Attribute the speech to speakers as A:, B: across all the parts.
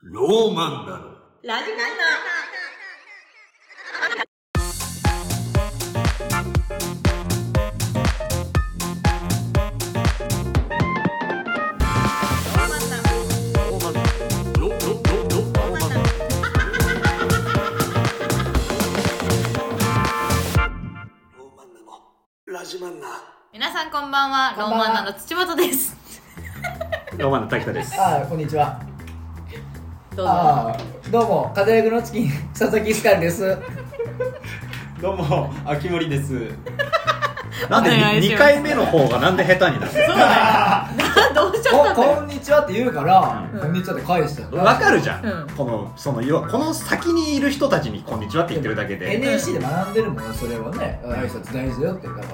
A: ローマンだろ。
B: ラジカンの
A: ロ、ロ、ロ、ロ、ローマンだろ。
C: ローマンナのラジマンナ
B: 皆さんこんばんはロ
D: こ
B: ー
D: んばんは
B: マンナの土本です
E: ロマンの滝田です。
D: あーこんにちは。
B: どうぞ
D: あーどうも、風邪役のチキン、佐々木スカルです。
F: どうも、秋森です。
E: なん
B: お願い
E: で
B: します
E: 二回目の方がなんで下手になる
B: そうだよどうしちゃ
D: こ
B: ったんだ
D: こ
B: よ
D: んにちはって言うから、
B: ん
D: こんにちはって返したよ。
E: の？わかるじゃん。
B: うん
E: このその要はこの先にいる人たちにこんにちはって言ってるだけで。
D: NSC で学んでるもん、それはね。挨拶大事だよって言ったか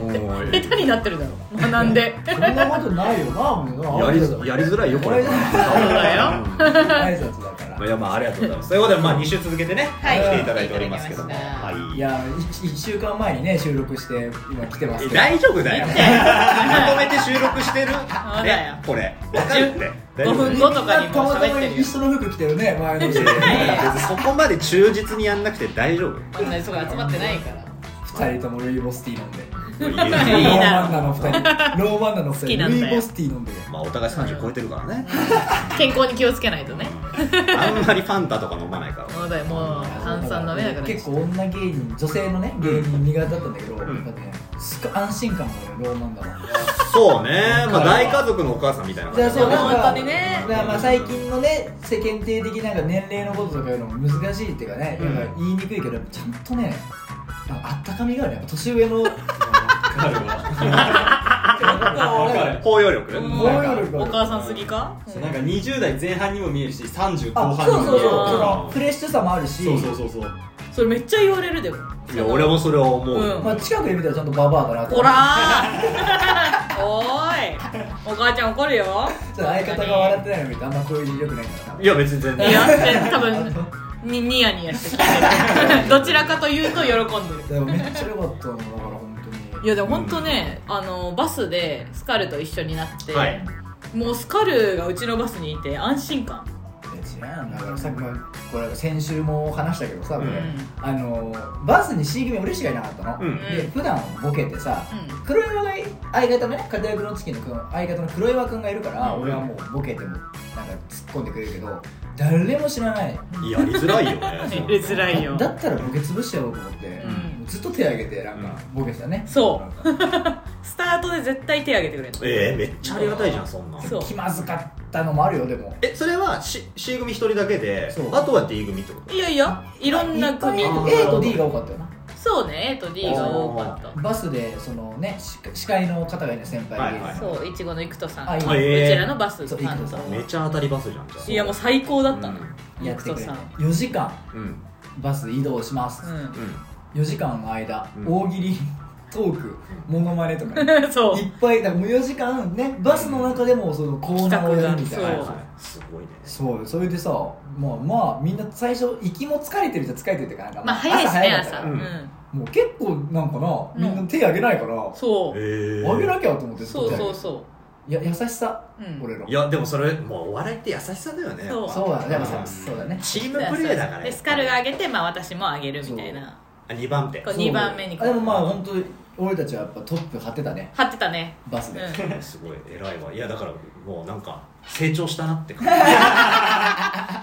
E: おー
B: 下手になってるだろ学んで
D: ら。そんなことないよな、もうな。
E: やり
D: 挨拶
E: やりづらいよこれ。
D: そう
B: だよ
E: うん
D: 挨拶だか
E: い
D: ら。
E: やまあありがとうございます。ということでまあ二週続けてね、
B: はい
E: 来ていただいておりますけども。
B: 来ていただきま
D: い
E: は
D: や1、一週間前にね、収録して、今来てます
E: い。
D: けど。
E: 大丈夫だよ。まとめて収録してる。
B: うだよ
E: ね、これ。わかるって。大丈夫
B: 5分後とかに
D: た
B: もう
D: また
B: 喋っ
D: ま
B: てるよ
D: 一緒の服着てるね、前の 週。
E: 別にそこまで忠実にやんなくて大丈夫。
B: こんなにそこ集まってないから
D: 二人ともルイボスティー飲んで。
B: いい
D: ロー
B: な
D: マンナの二人。ローマンナの二
B: 好きな
D: 人。
B: んだよ
D: ルイボスティー飲んで。
E: まあお互い30超えてるからね。
B: 健康に気をつけないとね
E: あんまりファンタとか飲まないから。
B: そうだよもう炭酸飲めなくなっちゃ
D: 結構女芸人女性のね芸人苦手だったんだけど、
E: ん
D: やっぱねすっごい安心感があるよローマンだもん
E: そうね、まあ大家族のお母さんみたいな
D: じ
E: 感
D: ゃあ
E: じ
D: そう
B: でも
D: なんか
B: 本当にね
D: だからまあ最近のね世間体的なんか年齢のこととかいうのも難しいっていうかね、
E: うん
D: やっぱ言いにくいけどやっぱちゃんとねああったかみがあるねやっぱ年上 の
F: わかる。
E: 包容力
B: うん
D: 包容力
B: お
D: がある
B: 母さんすぎか
F: そうなんか20代前半にも見えるし、30後
D: あ
F: 半
D: そ
F: に
D: うそうそう
F: も見える。
D: そのフレッシュさもあるし
F: そうそうそうそう。
B: それめっちゃ言われるでも
E: いや、俺もそれは思う。
B: うん
D: まあ、近くで見たらちゃんとババアだなと
B: こ
D: 思って
B: らーおーいお母ちゃん怒るよ
D: ちょっと相方が笑ってないの見てあんまこういう力ないから
E: いや、別に全
B: い
E: 然。
B: や多分にニヤニヤして聞いてるどちらかというと喜んでる
D: でもめっちゃ良かったのだから本当
B: い
D: に
B: やでも本当ね、あのバスでスカルと一緒になって、
E: はい。
B: もうスカルがうちのバスにいて安心感
D: 違うんだからさっきもこれ先週も話したけどさ、これ
B: うん
D: あのバスに C 組俺しかいなかったの、
E: うん
D: で普段ボケてさ
B: う
D: 黒岩が相方のね片役の月の相方の黒岩君がいるから、
E: うん
D: 俺はもうボケてもなんか突っ込んでくれるけど誰も知らない
E: やりづらいよね。
B: ん入れづらいよ
D: だったらボケ潰しちゃおうと思って、
B: ん
D: ずっと手挙げてなんかボケてたね、
B: そう
D: なんか
B: スタートで絶対手挙げてくれる
E: ええめっちゃありがたいじゃん、そんな。
B: そう
D: 気まずかったのもあるよでも
E: え、それは C, C 組一人だけで
D: そ、う
E: あとは D 組ってこ
B: いやいやいろんな組
D: いっぱい A と D が多かったよな
B: そうね A と D が多かっ
D: バスでそのねし司会の方がいる先輩で、
E: はい
B: た
E: はい
B: そういちごのいくとさん
D: あいい
B: とう
E: ね
B: ちらのバス
D: そう
B: 担
D: いくと
B: 当
D: さ
E: とめちゃ当たりバスじゃん、じゃあ。
B: いやもう最高だったの
D: や
B: い
D: っ
B: く
D: て
B: と
D: くれ
B: さん
D: 4時間
E: うん。
D: バス移動します、
B: う
D: 4時間の間、
E: うん
D: 大喜利トークモノマネとかい
B: ん
D: っ
B: そう
D: ぱいだからもう4時間ねバスの中でもそのコーナーをやるみたい
E: うん。はい
D: な
B: そ
E: はい。
B: う
E: すごいね。
D: そうそれでさまあまあみんな最初行きも疲れてるじゃ疲れてるっていうかなんか
B: まあ早いしね
D: か
B: 朝
D: ら
E: う
B: うんん
D: もう結構なんかなみんな手挙げないから、
B: そ
E: ええ
B: う
D: 挙げなきゃと思ってず
B: そ
D: っと
B: う
D: 手挙
B: そう
D: げて
B: そ
D: いや優しさ、
B: ううん
D: 俺の
E: いや、でもそれ、もうお笑いって優しさだよね。
B: そう
D: そうだねやっぱ
E: うん
D: さそうだね
E: チームプレーだから。
B: でスカルが上げて、まあ、私も上げるみたいな
E: あ、2番手
B: こ。う2番目に
D: あでもまあ本当に俺たちはやっぱトップ張ってたね
B: 張ってたね
D: バスで、
B: う
E: すごい偉いわいやだからもうなんか成長したな って感じ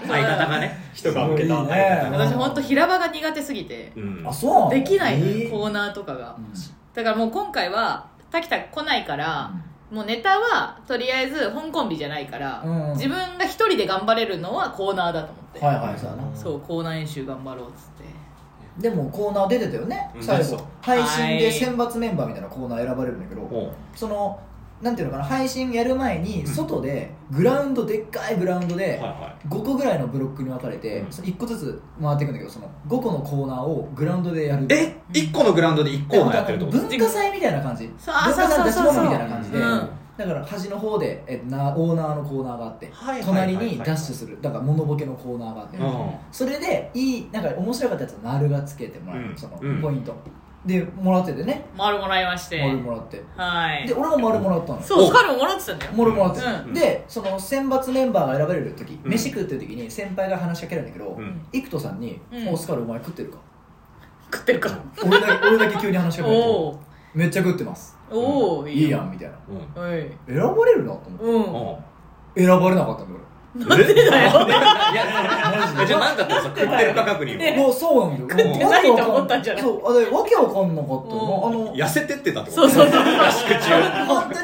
E: 相方がね
F: 人が向けた
D: すごいね
B: ん私本当平場が苦手すぎて
E: うん
D: あそうなの
B: できないの
D: え
B: よ
D: ー
B: コーナーとかが
D: うん
B: だからもう今回は滝田来ないからもうネタはとりあえず本コンビじゃないから、
D: うんうん
B: 自分が一人で頑張れるのはコーナーだと思って、
D: はいはいそうだな
B: そうコーナー演習頑張ろうっつって
D: でもコーナー出てたよね
F: うん
D: 最
F: そ
D: 後
F: う
D: 配信で選抜メンバーみたいなコーナー選ばれるんだけど
E: も
D: そのなんていうのかな配信やる前に外でグラウンドでっかいグラウンド
E: う
D: で
E: は
D: 5個ぐらいのブロックに分かれて
E: うん
D: その1個ずつ回っていくんだけどその5個のコーナーをグラウンドでやる
E: いはいえ一1個のグラウンドで1コーナーやってるってこと
D: 文化祭みたいな感じ文
B: そう
D: 化祭出し物みたいな感じで
B: うん
D: だから端の方でえなオーナーのコーナーがあって
E: はいはいはいはい
D: 隣にダッシュするだからモノボケのコーナーがあって
E: うん
D: それでいいなんか面白かったやつを丸がつけてもらう、
E: うん
D: その
E: うん
D: ポイント、でもらっててね
B: 丸もらいまして
D: 丸もらって
B: はい
D: で俺も丸もらったのよ
B: そう彼ももらってたんだよ
D: もろもらって、
B: うん
D: でその選抜メンバーが選ばれる時、
E: うん
D: 飯食ってる時に先輩が話しかけるんだけど、
E: うん
D: イクトさんに
B: うん
D: 「オスカルお前食ってるか?
B: 食ってるか」
D: 俺だけ俺だけ急に話しかけられて
B: お
D: めっちゃ食ってます
B: おおお
D: いいや
B: ん
D: んみたいな
E: うん
B: おい
D: 選ばれるなと思って
B: うん
D: 選ばれなかったんだか
E: なんでだよい
D: マジで
E: やじゃあ何だったらさ食ってる価格に
D: らもうそうなんだよ
E: 食って
B: ないと思ったんじゃない
D: そうあでわけわかんなかったよ
B: う
D: あの
E: 痩せてってたってこと
B: そうそうそう
D: 本当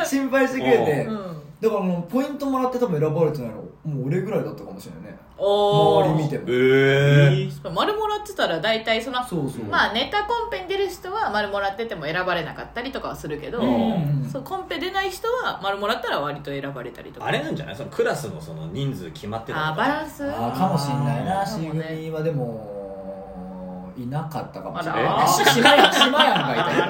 D: に 心配してくれて
B: うん
D: だからもうポイントもらって多分選ばれてないのもう俺ぐらいだったかもしれないね
B: お
D: 周り見ても
E: ええ
B: 丸もらってたら大体その
D: そうそう
B: まあネタコンペに出る人は丸もらってても選ばれなかったりとかはするけど、
E: うん
B: そうコンペ出ない人は丸もらったら割と選ばれたりとか
E: あれなんじゃないそのクラスのその人数決まってた
B: あー
E: と
B: バ
E: か
B: ランス
D: あーかもしんないな
B: あー
D: C
B: かもね
D: 組はでもいなかったかもしれない
B: あら
D: あし島やん島やんがいたよ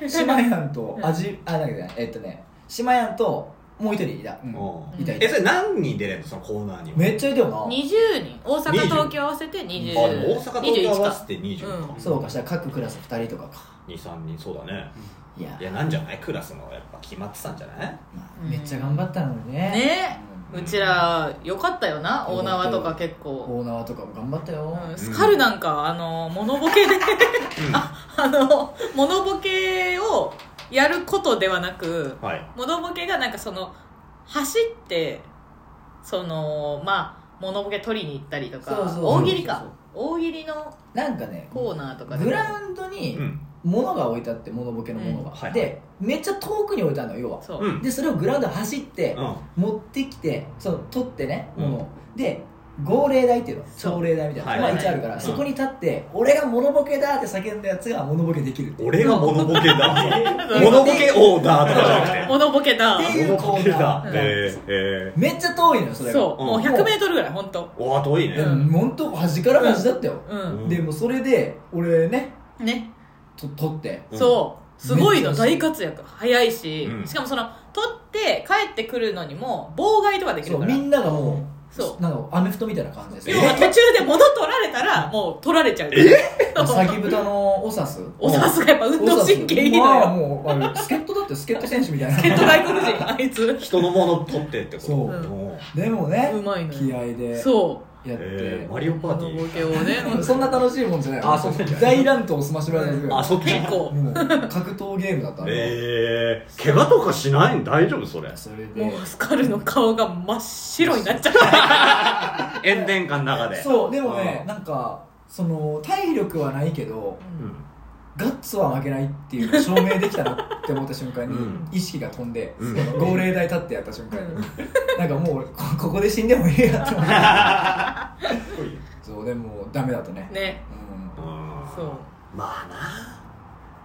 B: れ
D: 島やんとアジあなんだっけえっとね島やんともう一人いた、うん
E: うん
D: いたいた
E: えそれ何人出れるのそのコーナーには
D: めっちゃいたよな
B: 20人大阪
E: 20
B: 東京合わせて
E: あで
B: 20
E: も大阪東京合わせ
B: 21
E: て20か
D: そうかしたら各クラス2人とかか
E: 23人そうだね
D: いや
E: いやなんじゃないクラスのやっぱ決まってたんじゃない
D: まあ、めっちゃ頑張ったのにね
B: かね
E: うん
B: うちらよかったよな大縄とか結構、
D: オーナーとかも頑張ったよ、
B: うん、スカルなんかあのモノボケでああのモノボケをやることではなく
E: はい
B: モノボケがなんかその走ってそのまあモノボケ取りに行ったりとか
D: そうそうそう
B: 大喜利か大喜利の
D: なんかね
B: コーナーとかで
D: グラウンドに
E: うん
D: 物が置いてあって物ボケの物が、
B: うん
E: はい
D: でめっちゃ遠くに置いてあるの要は
B: そう、
E: うん
D: でそれをグラウンド走って、
E: うん
D: 持ってきてその取ってね
E: うん
D: 物を、で号令台っていうの
B: そう
D: 朝礼台みたいな
E: はい
D: のが一応あるから、
E: うん
D: そこに立って、俺が物ボケだって叫んだやつが物ボケできるっていう
E: 俺がモノボケ だモノボケオーダーとかじゃなくて
B: モノボケだ
D: っていうコーナー
E: えー、え
D: めっちゃ遠いのよそれが
B: そう、
E: うん
B: もう 100m ぐらい本当
E: ー、おわ遠いね、
D: でもほんと端から端だったよ、
B: うん
E: ん
D: でもそれで俺ね
B: ね
D: と取って
E: うん
B: そうすごいの
D: めっちゃ
B: 大活躍早いし、
E: うん
B: しかもその取って帰ってくるのにも妨害とかでき
D: そ
B: る
D: う
B: か
D: み
B: ら
D: んながもう
B: そう
D: なんかアメフトみたいな感じです
B: 要は途中で物取られたらもう取られちゃうから
D: うさぎ豚のオサス
B: おさすがやっぱ運動神経いいの
D: まあ
B: よ
D: もうあれ助っ人だって助っ人選手みたいな
B: ヘッド外国人あいつ
E: 人のもの取ってってこと
D: そう
E: おー
D: でもね
B: うまいのよ
D: 気合でやっ
B: そ
D: て、
B: う
E: えー、マリオパ
B: あ
E: ーテ
B: の
E: ィ
B: ボ
E: ー
B: ケをね
D: そんな楽しいもんじゃない
E: あそうなんだ
D: 大乱闘スマッシュブラザーズぐらい
E: あそっち
B: 結構
D: もう格闘ゲームだったの
E: えー、怪我とかしないん大丈夫それ
D: それで
B: もうスカルの顔が真っ白になっちゃった
E: 炎天下の中で
D: そうでもねなんかその体力はないけど
E: うん
D: ガッツは負けないっていうのを証明できたなって思った瞬間に
E: うん
D: 意識が飛んで、
E: うん
D: その号令台立ってやった瞬間に、なんかもう俺こ ここで死んでもいいやって思ってそうでもダメだとね
B: ね
D: うん
E: うん
B: そう
E: まあな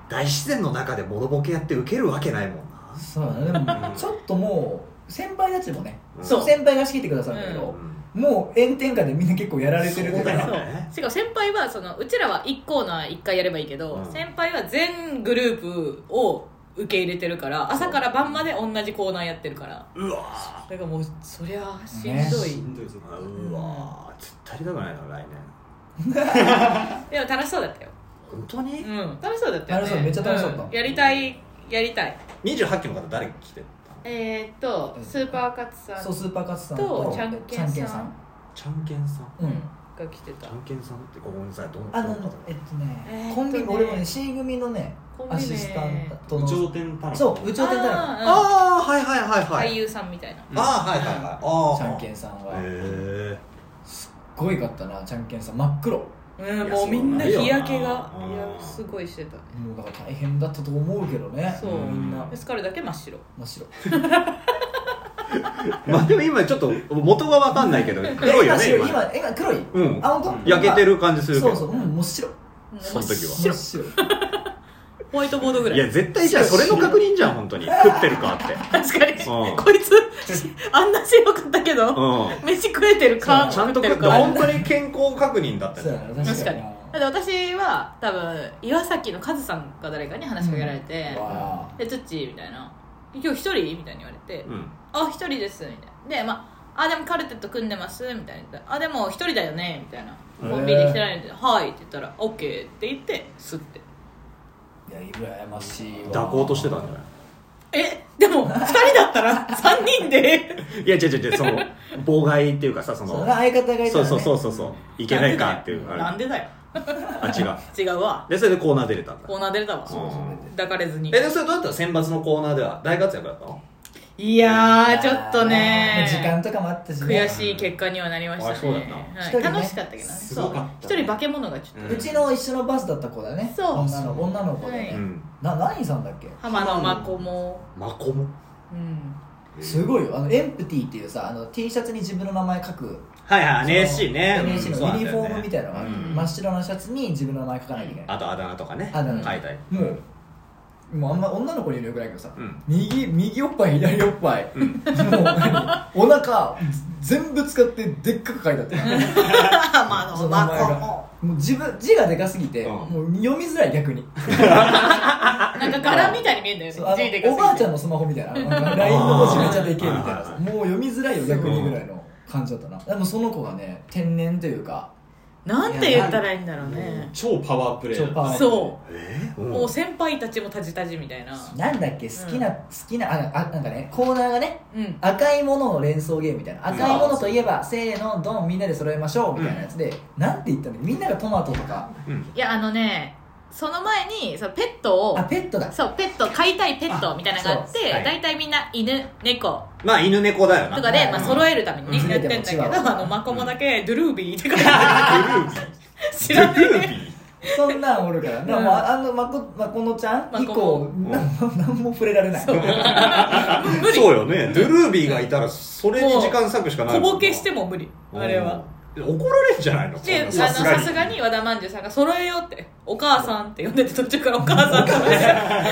E: 大自然の中でモノボケやってウケるわけないもんな
D: そうだねでもちょっともう先輩たちもね
E: うん
B: そう
D: 先輩が仕切ってくださるんだけ
E: う
D: ど、
E: ん
D: もう炎天下でみんな結構やられてるという
E: そうだ
D: か
E: よ
B: そう
E: ね
B: しかも先輩はそのうちらは1コーナー1回やればいいけど、
E: うん
B: 先輩は全グループを受け入れてるから朝から晩まで同じコーナーやってるから
E: うわ
B: だからもうそりゃしんどい、
F: しんどいぞ
E: ーうわー絶対出たくないな来年
B: でも楽しそうだったよ
E: 本当に
B: うん楽しそうだったよ、ね、
D: 楽しそうめっちゃ楽しそうだった
B: んやりたいやりたい
E: 28期の方誰来てたの
B: えー、っとスーパーカツさん
D: そうスーパーカツさん
B: と
D: と
B: ちゃんけんさん
D: ち
E: ちゃんけんさん
D: うん、
B: が来てた
E: ちゃんけんさんってごめんなさいどん
D: あ
E: どんな
D: の
E: 方
D: えっと
B: えーっ
D: ね
B: と
D: コンビ、
B: ね
D: 俺もね C 組のね
B: コンビ名
D: アシスタント
F: 有
D: の
F: 頂天パラ
D: そう有頂天だら
B: あ
E: ああはいはいはい
B: ー、
E: は
B: うん俳
E: い
B: 優さんみたいな
E: ああはいはいはいああ
D: ちゃんけんさんは
E: へえ
D: すごいかったなちゃんけんさん真っ黒も
B: うん
E: いや
B: もうみんな日焼
E: そうなん
B: けがい
E: だよな
B: やすごいしてた
D: うだから大変だったと思うけどね
B: そう
D: みんな
B: でスカルだけ真っ白
D: 真っ白
E: まあでも今ちょっと元がわかんないけど黒いよ
D: 今
E: ね
D: 白い
E: 今
D: 今今黒い
E: うん
D: あ本当
E: 焼けてる感じするけ
D: そ
E: ど
D: うそううんもう白
B: うん
E: その時は
D: 真っ白
B: ホワイトボードぐら
E: い
B: い
E: や絶対じゃあそれの確認じゃん本当に食ってるかって
B: 確かに、
E: うん
B: こい つあんな強かったけど、
E: う
B: 飯食えてるか
E: んちゃんと
B: 食っ
E: 食
B: てる
E: って
B: か
E: 本当に健康確認だった
D: そう
E: よ
D: だ
E: ね
D: な
B: 確
D: 確
B: か
D: か
B: に
D: に
B: だって私は多分岩崎のカズさんか誰かに話しかけられて
D: うんわ
B: 「でツッチー」みたいな「今日一人?」みたいに言われて
E: うん
B: 「あ一人です」みたいなでまああでもカルテット組んでますみたいな「あでも一人だよね」みたいな「
D: へー
B: コンビニ来てないんで「はい」って言ったら「オッケーって言ってすって
D: いや羨ましいわ
E: 抱こうとしてたんじゃない
B: えでも2人だったら3 人で
E: いや違う違う違うそ の妨害っていうかさそ
D: そ
E: の
D: の相方がいたら、ね、
E: そうそうそうそうそういけないかっていうあれ
B: なんでだよ
E: あ違う
B: 違うわ
E: でそれでコーナー出れたんだ
B: コーナー出れたわ
E: そうそう
B: 抱かれずに
E: えでそれどうやったの選抜のコーナーでは大活躍だったの
B: いやーちょっとね
D: 時間とかもあったし、ね、
B: 悔しい結果にはなりましたね
E: あそうだった
B: はい
D: 一人ね
B: 楽しかったけどね
F: すごかった
B: そう一人化け物がちょっ
D: うちの一緒のバスだった子だよね
B: そう
D: 女の女の子で、
B: はいう
E: うん
D: な何さんだっけ
B: と浜野真子も
E: マコモ
B: うん
D: すごいよあのエンプティっていうさあの T シャツに自分の名前書く
E: はいはい
D: その
E: NSC ね
D: NSC
E: うんそう
D: の
E: なん
D: ユニ
E: だ
D: フ
E: よね
D: ォームみたいなのがある
B: うん
D: 真っ白なシャツに自分の名前書かないといけない
E: あとあだ名とかね
D: あだ名
E: 書いたり
D: もうもうあんま女の子に言うのよくないけどさ、
E: うん
D: 右右おっぱい左おっぱい、
E: うん
D: もう何お腹全部使ってでっかく書いたって
B: 浜
D: そ
B: 野
D: の
B: 真
D: 名前
B: 子
D: が
B: も
D: もう自分字がでかすぎて、
E: うん
D: もう読みづらい逆に
B: なんか柄みたいに見えんだ
D: そうあ
B: よ
D: の
B: ね字でかすぎて
D: おばあちゃんのスマホみたいななんか LINE の文字めっちゃでけえみたいな
E: あ
D: さもう読みづらいよ逆にぐらいの感じだったなでもその子がね天然というか
B: なんて言ったらいいんだろうね
F: 超パワープレイだ
D: 超
F: っ
D: パ
F: た
D: ワー
B: そ
E: え
B: うもう先輩たちもタジタジみたいな
D: なんだっけ好きな、好きなああなんかねコーナーがね
B: うん
D: 赤いものの連想ゲームみたいな赤いものといえば、せーのドンみんなで揃えましょうみたいなやつで、なんて言ったのみんながトマトとか
B: いやあのねその前にそのペットを
D: あペットだ
B: そうペット飼いたいペットみたいなのがあって
E: そうはい
B: 大体みんな犬猫
E: まあ犬猫だよな
B: とかで、まあ、揃えるため
D: う
B: に
D: ん
B: ねやってんだけど、
D: うん
B: あのマコモだけドゥルービーって書いて知
E: ド
B: ら
E: ゥ
B: な
E: ルービ
B: い
E: ー
D: そんなんおるから、でも
B: うん
D: まあ、あのまこまこのちゃん
B: まこ
D: 以降なんなんも触れられ ない
B: 無理
E: そうよねドゥルービーがいたらそれに時間割くしかないも
B: 小
E: んな
B: ボケしても無理あれは
E: うん怒られんじゃないの
B: であの
E: さすが
B: さ
E: に
B: すがに和田まんじゅうさんが「揃えよ」うって「お母さん」って呼んでて途中から「お母さん」って呼んでて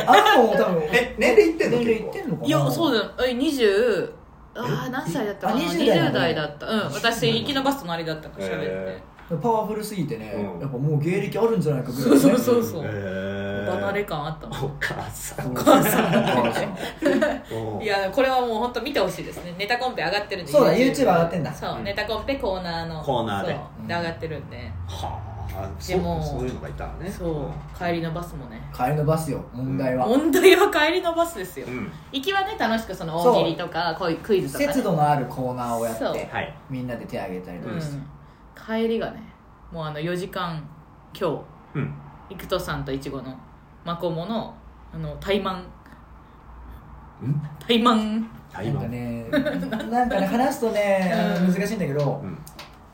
D: あの子も多分
E: え年齢いってんの
D: 年齢いってんのかない
B: やそうだよえ20ああ何歳だったかな
D: あ20
B: 20
D: 代
B: 代
D: なの
B: だったうん私生き延ばす隣だったから喋って、
E: へ
D: パワフルすぎてね、
E: うん
D: やっぱもう芸歴あるんじゃないかぐらい
B: そ
D: の
B: う
D: ね、
B: そうそうそう、
E: え
B: 離れ感あったも
E: お母 さん
D: お
B: 母さん
E: うん
B: んいやこれはもう本当見てほしいですねネタコンペ上がってるんで
D: そうだ YouTube 上がってんだ
B: そう、
E: うん
B: ネタコンペコーナーの
E: コーナーで
B: そうで上がってるんで、
E: はあそ
B: でも
E: うそういうのがいたらね
B: そう帰りのバスもね
D: 帰りのバスよ問題は、
B: 問題は帰りのバスですよ、
E: うん
B: 行きはね楽しくその大喜利とかこういうクイズとか、ね、
D: 節度のあるコーナーをやって、
B: そう
E: はい
D: みんなで手挙げたりと
B: う
D: か
B: ん
D: して、、
B: 帰りがねもうあの4時間今
E: うん
B: 日生徒さんといちごのマコモのあの怠慢
E: ん
B: 怠慢
E: 台
D: なんか
E: 湾
D: ねなんかね話すとね、あの
B: うん
D: 難しいんだけど
E: うん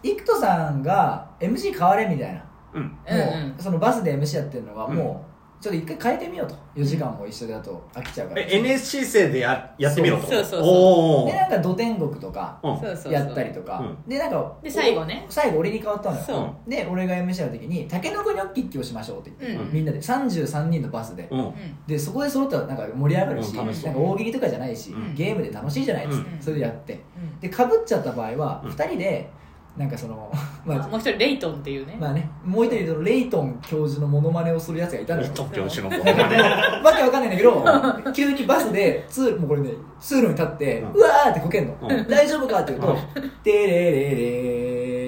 D: 生徒さんが MC 変われみたいな
E: うん
B: うん
D: もう、
B: うん
D: そのバスで MC やってるのはもう、ちょっと一回変えてみようと4時間も一緒だと飽きちゃうから
E: え NSC 生でややってみろと
B: そうそうそうそう
E: お
D: で
E: ー
D: なんか土天国とか
E: うん
B: そうそうそう
D: やったりとか
E: うん
D: でなんか
B: で最後ね
D: 最後俺に変わったのよ
B: そう
D: で俺が MC の時に「たけのこニョッキッキをしましょう」って言って、
B: うん
D: みんなで33人のバスで、
E: うん
B: うん
D: でそこで揃ったらなんか盛り上がるし,、
E: うん楽しそう
D: なんか大喜利とかじゃないし、
E: うん
D: ゲームで楽しいじゃないですか、
B: うん
D: それでやって
B: うん
D: でかぶっちゃった場合は
E: うん
D: 2人でなんかその、まあ
B: もう一人レイトンっていうね、
D: まあね、もう一人そのレイトン教授のモノマネをするやつがいたのよ
E: 一
D: わ
E: 挙手の子
D: けわかんないんだけど急にバスで通もうこれね通路に立って、
E: うん
D: うわーってこけんの、
E: うん
D: 大丈夫かって言う
E: う
D: と「テレレ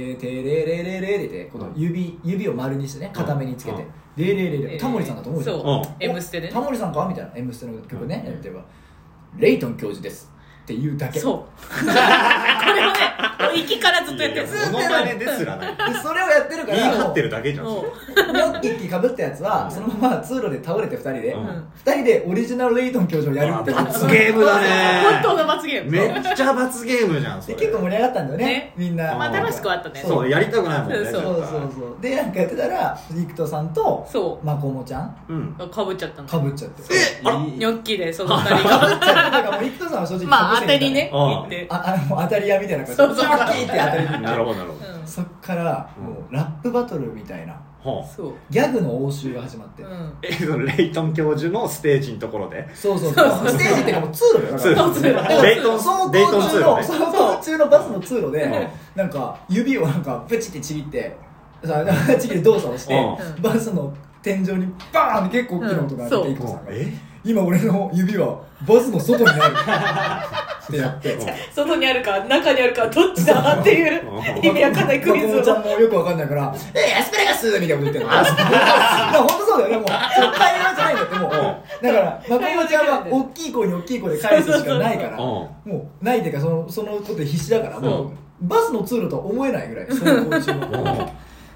D: レテレレレレ」ってこの指指を丸にしてね固めにつけて
E: うん
D: 「レレレレ」タモリさんだと思うじゃん
B: そう
D: うん
B: M ステでね
D: タモリさんかみたいな「M ステ」の曲ね、
B: うん
D: やってれば「レイトン教授です」って言うだけ
B: そう これをねもう行きからずっとやってる
E: いやいやモノマネですらない
D: でそれをやってるか
E: 言い
D: ら
E: 張ってるだけじゃん
B: もう
D: ニョッキッキかぶったやつはそのまま通路で倒れて2人で、
E: う
D: 二
E: ん
D: 2人でオリジナルレイトン教授をやるっていう
E: 罰ゲームだ
B: 本
E: ね
B: 当の罰ゲーム
E: めっちゃ罰ゲームじゃんそ
D: で
E: れ
D: 結構盛り上がったんだよね
B: ね
D: みんな、
B: まあ楽しくはあったね
E: そうやりたくないもんね
B: そう
E: 絶対
D: そうそうそうでなんかやってたらクトさんと
B: そ
D: マコモちゃん
E: うん
B: うかぶっちゃったの
D: かぶっちゃって
E: えあら
B: ニョッキでその二人が
D: だからもう生田さんは正直
B: まあ
D: 被
B: 当
D: せ
B: て
D: て
B: に
D: みたい
B: ね
E: うん
B: 行って
D: なああの当たり屋みたいな感じ
B: そうそう
D: ニョッキって当たり屋
E: なるほどなるほど
B: うん
D: そっからもうラップバトルみたいな
E: ほう
B: そう
D: ギャグの応酬が始まって、
B: うん
E: えそのレイトン教授のステージのところで
D: そうそうそう
B: そうそう
D: ステージっていうかもう通路よだから
E: 通路
B: 通路
E: レイト
D: 走
E: ンレイトン
D: 行
E: 通
D: 中
E: 路
D: の
E: ね
D: 走行中のバスの通路
E: うん
D: でなんか指をなんかプチってちぎってさちぎる動作をして
B: うん
D: バスの天井にバーンって結構大きな音があって
B: うん
D: イコさんが
E: え
D: 今俺の指はバスの外になるってやって
B: 外にあるか中にあるかどっちだっていう意味わかんないクイズ
D: まこもちゃん
B: を
D: もよくわかんないから「えー、アスパラガス!」みたいなこと言ってるアスパラガス本当そうだよねもう絶対言じゃないんだってもうだからまこもちゃんは大きい声に大きい声で返すしかないから
E: そうそう
D: もうないっていうかそのそのことで必死だからも
B: そう
D: バスの通路とは思えないぐらいその 子一の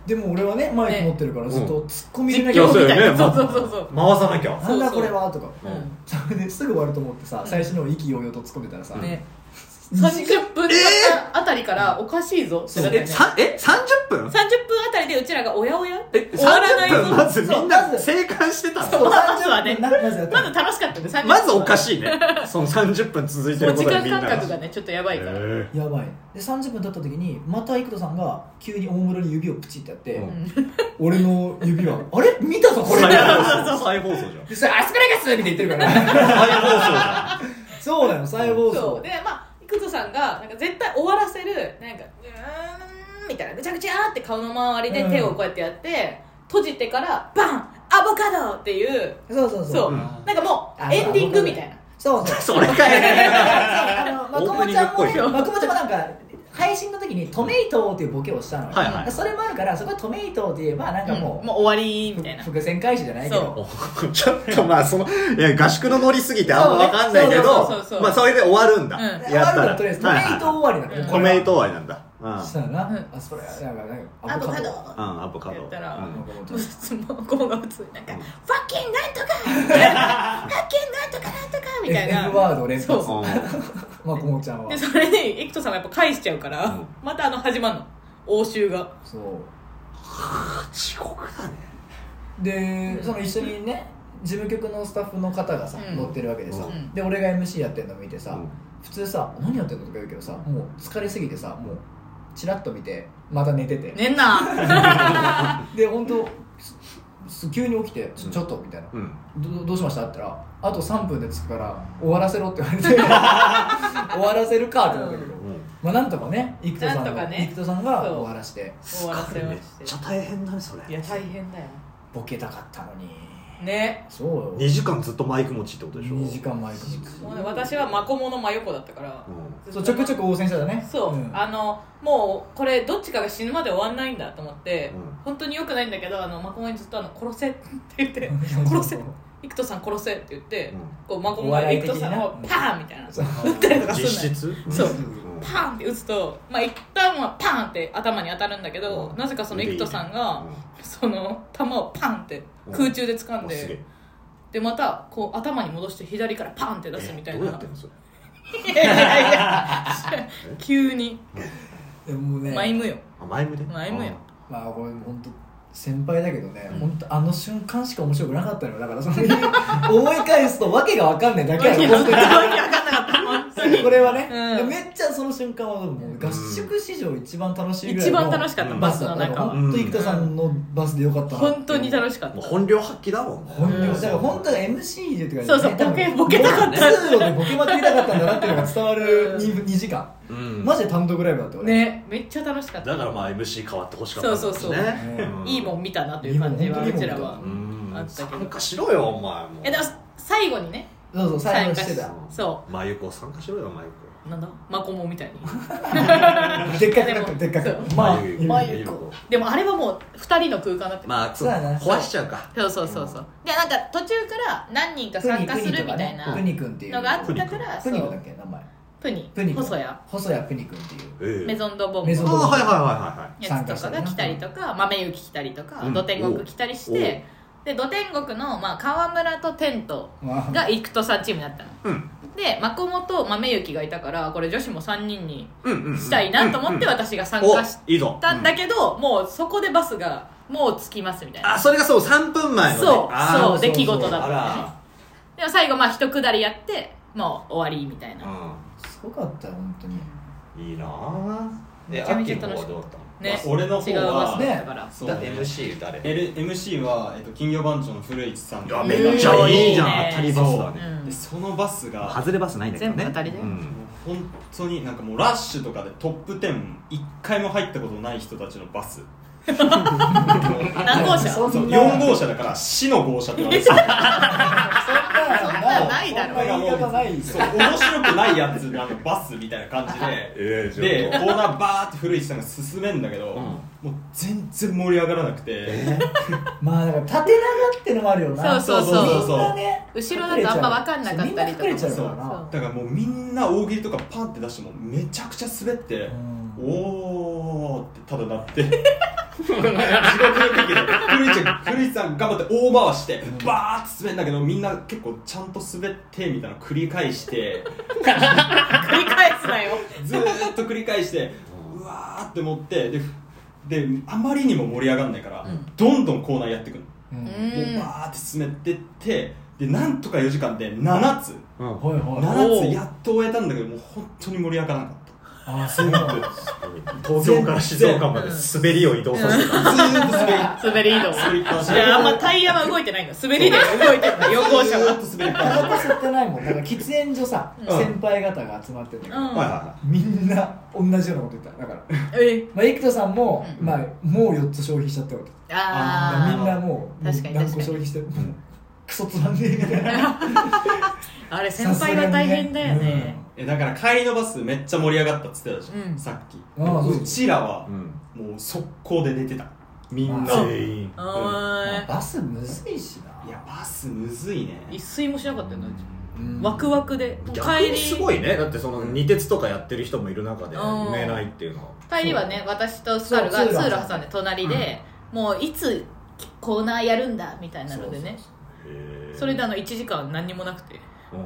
D: でも俺はねマイク持ってるからずっと突っ込み入れなきゃ
E: 実況するよね
B: そうそうそうそう
E: 回さなきゃ
D: なんだこれはとか
E: う
B: うん
E: ん
D: それですぐ終わると思ってさ最初の意気揚々と突っ込めたらさ
B: ね
D: 二時間
B: 30分あたりからおかしいぞってなって
A: え、さ、え、三十分。
B: 30分あたりでうちらがおやおや
A: え、
B: 終わらない
A: 30分、ま
B: ぞ
A: ずみんな生還してた
B: そ
A: の。
B: うまずはね
D: なまずやった
B: まず楽しかったんで
A: まずおか
B: し
A: しいね。その三十分続いて
B: もう
A: るこ
B: 時
A: とで
B: 間
A: みんな
B: 感覚がねちょっとやばいから、
E: え
D: やばいで30分経った時にまた生田さんが急におもむろに指をプチってやって、
E: うん
D: 俺の指はあれ見たぞ
E: ー
D: これ
E: 再放送じゃん
D: でそれアスパラガスって言ってるから
E: 再放送じゃ
D: そうなの再放
B: そう
D: 送
B: でまあ生田さんがなんか絶対終わらせるなんかうーんみたいなぐちゃぐちゃーって顔の周りで手をこうやってやって、閉じてからバンアボカドっていう
D: そうそうそう
B: そう、
E: うん
B: なんかも
D: あ
B: うエンディングみたいな
D: そうそ
A: んそ
D: う
A: れかい。
D: あのまこもちゃんも
E: オープニングっぽい
D: ねまこもちゃんもなんか配信の時にトメイトーっていうボケをしたのよ、
E: はいはい
D: それもあるからそこはトメイトーって言えばなんかもう、
B: うんもう終わりみたいな
D: 伏線回収じゃないけ
B: そ
D: ど
B: う
E: ん ちょっとまあそのいや合宿の乗りすぎてあんまわかんないけ
B: そうねそうそうそうそ
E: ど
B: う
E: まあそれで終わるんだ
B: うん
E: やったら
D: とりあえずト
E: は
D: メ
E: い
D: イトー終わりなの、
B: うん
E: トメイト愛なんだうんうん
D: したらな、
B: うん
D: アスパラなんか
B: ア
D: なんか
B: ボカド
E: アボカド
B: やったら
E: うん
D: なん かもう
B: もうその向こうが普通になんか「
E: うん
B: ファッキンなんとか! 」「ファッキンなんとかなんとか」みたいな
D: F ワード連
B: そ
D: 発
B: うそう
D: まこもちゃんは
B: でそれに生田さんがやっぱ返しちゃうから、
E: うん
B: またあの始まるの応酬が
D: そう
E: 地獄だね
D: でその一緒にね事務局のスタッフの方がさ、
B: うん
D: 乗ってるわけでさ、
B: うん
D: で俺が MC やってるの見てさ、
E: うん
D: 普通さ何やってんのとか言うけどさもう疲れすぎてさもうチラッと見てまた寝てて、
B: ねん な
D: で本当すす急に起きてちょちょっとみたいな、
E: うん
D: どどうしましたって言ったらあと3分で着くから終わらせろって 言われて終わらせるかってなったけど、
E: うん
D: まあなんとかね生田さ
B: な
D: ん
B: んと
D: が、
B: かね
D: 生田さんが終わらせて
B: 終わらせま
E: めっ
B: して
E: ちゃ大変だねそれ
B: いや大変だよ
D: ボケたかったのに
B: ね
D: そうよ
E: 2時間ずっとマイク持ちってことでしょ
D: 2時間前か
B: もうね私はマコモの真横だったから
E: う
D: そうちょくちょく応戦してたね
B: そう、
D: ん
B: あのもうこれどっちかが死ぬまで終わんないんだと思って、
E: うん
B: 本当によくないんだけどあのマコモにずっとあの「殺せ」って言って
D: うん
B: 「殺 せ生田さん殺せ」って言って、
E: うん
B: こうマコモ
D: お
B: が
D: 笑い
B: 生
D: 的
B: 田さんを
D: な
B: パーンみたいな
D: そう
B: 打ったりとか
E: ん
B: すんのよ
E: 実質
B: そうんパーンって打つとまあ一旦はパーンって頭に当たるんだけど、なぜかその生田さんが、その球をパンって空中で
E: う
B: 掴ん
E: んすげ
B: で、
E: え
B: でまたこう頭に戻して左からパンって出すみたい
E: え
B: な
E: どうやってんのそれ
B: いやいやいや 急に
D: でもね
B: マイムよ
E: あマイムで
B: マイムや
E: あ
D: まあこれ本当先輩だけどね、
B: うん
D: 本当あの瞬間しか面白くなかったのよだからその思い返すとわけがわかんないだけや
B: わけ
D: ろ
B: わ
D: 本
B: かんなかった本当
D: 当にこれはね、
B: うん
D: めっちゃその瞬間はもう合宿史上一番楽し
B: に
D: いぐらい
B: 一
D: の
B: 番楽しかった
E: うん
B: バ
D: バ
B: ス
D: ス
B: の
D: だった
B: 中
D: から
B: は
D: 本当生田さんのバスでよかったな
B: 本当に楽
D: し
B: しかっ
E: もう
B: た
E: 本領発揮だもんね
D: 本当だから本当は MC でって感じ
B: そうそうボケボケたかった
D: 通路でボケまくりたかったんだなっていうのが伝わる 2, 2時間
E: うん
D: マジで単独ライブだって俺
B: ねめっちゃ楽しかった
E: だからまあ MC 変わってほしかったんだろね
B: そうそうそういいもん見たなという感じはうちらは
E: うん
B: あったけど
E: 参加しろよお前も
B: えでも最後にね
D: そうそう最後して
B: 参
D: た
B: そ
E: マユコ参加しろよマユ
B: うなんだマコモみたいに
D: でっかくなってでっか
B: そう
D: く
E: コ
D: まあ
E: ユ
B: まあゆこでもあれはもう2人の空間だった
E: まあそう
D: そうだな
E: 壊しちゃうか
B: そうそうそうそうでなんか途中から何人か参加するみたいな
D: プ
B: の
D: ニ君っていう
B: があったから
D: プ
B: そう
D: ニ君だっけ名前
B: プニ
D: プニ君
B: 細谷
D: 細谷プニ君っていう
E: ええ
B: メゾンドボン
D: メ
B: ボ
D: ゾ
E: あー
D: ンドボン
E: はいはいはいはい
B: やつとかが来たりとか豆雪来たりとか
E: うん
B: 土天国来たりしてで土天国の、まあ、川村とテント
D: まあ
B: が生田さんチームだったの
E: うん
B: でマコモと豆雪がいたからこれ女子も3人に
E: うんうん
B: したいなと思って
E: うん
B: 私が参
E: お
B: 加し
E: いいぞ
B: たんだ
E: け
B: けど、もうそこでバスがもう着きますみたいな
E: あそれがそう3分前のね
B: そう
E: あー
B: そう
D: そう
B: 出来事だった
E: あ
B: の
E: ら
B: でも最後まあ一くだりやってもう終わりみたいな、
D: すごかったよ本当に
E: うんいいなぁえ
B: めちゃめちゃ
E: アッキーの方はどうだっ
B: ね
F: まあ俺の方は
B: 違うバスだったから、
F: そう
E: たのだ MC 誰
F: L- MC は、えっと、金魚番長の古市さん
E: い
F: で
E: や
B: め
E: め
B: っ
E: っ
B: ち
E: ち
B: ゃ
E: ゃ
B: い
E: い
B: い
E: い
B: じ
E: じ
B: ゃ
E: ゃ
B: ん
E: ん
B: 当
E: 当た
B: たり
E: り
F: バ
E: バ
F: ス
E: ス
F: だ
E: だね
B: う
F: で
B: ん、
F: そのバスが
E: 外れバスないんだけどね
B: 全部当たりだよ
E: うん
F: 本当になんかもうラッシュとかでトップ10一回も入ったことない人たちのバス
B: 何号車
D: そんな
F: そう4号車だから死の号車って言われてる
D: そんなのな
B: なないだろ
F: なんかもう
D: 言い方ないです
F: そう面白くないやつのあのバスみたいな感じで
E: えー
F: でコーナーバーって古市さんが進めんだけど、もう全然盛り上がらなくて、
D: まあだから縦長ってのもあるよな
B: そうそうそう
D: みんなね
B: 後ろだとあんま分かんなかったりと
D: そうみんな隠れちゃ
B: か
D: う
F: そう
D: からな
F: だからもうみんな大喜利とかパンって出してもめちゃくちゃ滑って、
D: うん
F: おーってただなって 地獄の時で古市が古市さん頑張って大回してバーって滑るんだけどみんな結構ちゃんと滑ってみたいなの繰り返して
B: 繰り返すなよ
F: ずーっと繰り返してうわーって持ってでであまりにも盛り上がんないから、どんどんコーナーやってくの、
B: う
D: う
B: ん
F: もうんバーって進めてってでなんとか4時間で7つ
A: うん
D: はいはい
F: 7つやっと終えたんだけどもう本当に盛り上がらなかった
D: あそうなんだ
A: 東京から静岡まで滑りを移動させてた
F: ずーっと
B: 滑
F: 滑り
B: り移動
F: 滑りっぱなし
B: いやあんまタイヤは動いてないの滑りで動いてるの横
F: ずーっと滑りっぱなし
D: タバコ吸ってないもんだから喫煙所さ先輩方が集まってんだけど
B: うん
F: はいは
D: みんな同じようなこと言っただから
B: え
D: まあ生田さんも
B: うん
D: まあもう4つ消費しちゃったよって
B: あー
D: みんなもうもう
B: 確かに確かに
D: 何個消費してもうクソつまんねえみたいな
B: あれ 先輩は大変だよね
F: いえだから帰りのバスめっちゃ盛り上がったっつってたじゃん、
B: うん
F: さっき
D: ああそう
F: うちらは
E: うん
F: もう速攻で寝てたみんな
D: あ
E: 全員
B: う
D: まあ
B: ん
D: バスむずいしない
F: やバスむずいね
B: 一睡もしなかったよな
D: うん
B: ワクワクでもう
A: 逆
B: 帰
A: に
B: り
A: すごいねだってその二鉄とかやってる人もいる中で
B: うん
A: 寝ないっていうのは
B: 帰りはね私とスカルが
D: そう
B: 通
D: 通路
B: 路挟んで隣で、もういつコーナーやるんだみたいなのでね
E: へー
B: それであの1時間何にもなくて
E: うん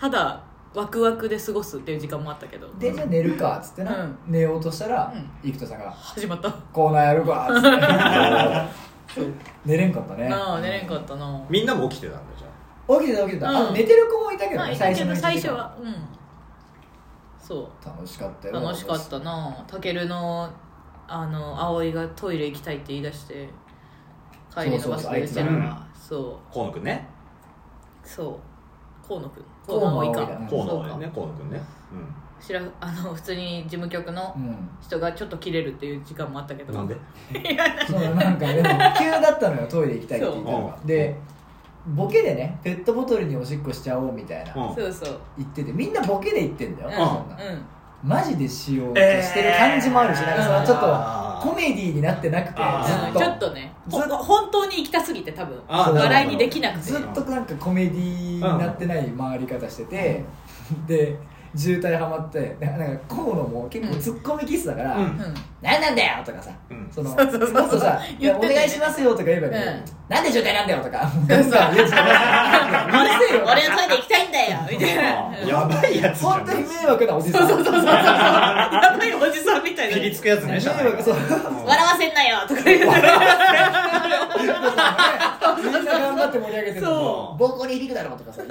B: ただワクワクで過ごすっていう時間もあったけど
D: でじゃあ寝るかっつって
B: う
D: なん寝ようとしたら
B: うん
D: 生田さんが
B: 始まった
D: 「コーナーやるか」っつって 寝れんかったね
B: なあ寝れんかったな
E: みんなも起きてたんだじゃ
D: 起きてた起きてた
B: う
D: あ
B: ん
D: 寝てる子もいたけど
B: まあ
D: ね
B: いた
D: 最初
B: け
D: の
B: ど
D: 一時
B: 最初
D: 間
B: はうんそ
D: 楽しかった
B: う
D: よ
B: 楽しかったなたけるのあの葵がトイレ行きたいって言い出して帰りのバスでしてるからそ
E: あ河野くんね
B: うそう河野くん
D: 河
B: 河
D: 野
B: 野
D: 葵
B: 葵
D: だ
B: か
D: ね
E: 河野
B: そう
E: だ
B: か
E: よね河野くんね
B: 知らあの普通に事務局の
D: うん
B: 人がちょっと切れるっていう時間もあったけ
E: う
B: ど
E: んなんで
D: そうなんかでも急だったのよトイレ行きたいって言っ たのが
E: そう
D: でボケでねペットボトルにおしっこしちゃおうみたいな
E: うん
B: そうそう
D: 言っててみんなボケで言ってんだよ、
B: うん
D: そんな
B: うん
D: マジでしようとしてる感じもあるし、なんかそのちょっとコメディーになってなくて
E: あー
B: ち
D: ず
B: ょ
D: っ
B: っとね
D: ずっと
B: ほ本当に行きたすぎて多分
E: あ
D: ー
B: 笑いにできなく
D: と
B: て
D: ずっとなんかコメディーになってない回り方してて、で渋滞はまってななんか河野も結構ツッコミキスだから「
E: うん
B: うん
D: 何なんだよ!」とかさ
E: うん
D: その
B: そうそうそうそう
D: もっとさいや
B: 言っ
D: お
B: てたよね
D: 願いしますよ」とか言えばいいのに
B: うん
D: なんで渋滞なんだよ!」とか「 ガン ガン言うしかないうるせえ
B: 俺
D: よ
B: はトイレ行きたいんだよみたい
E: あ
B: な
E: ーやばいやつじゃ
D: 本
E: ん
D: 当に迷惑なおじさん
B: そうそうそうそうやばいおじさんみたいな
E: ピリつくやつね
D: 迷
E: 社内
D: 惑そう
B: 笑わせんなよとか言って
D: みんな頑張って盛り上げてる
E: そう
D: 暴行に響くだろうと かさ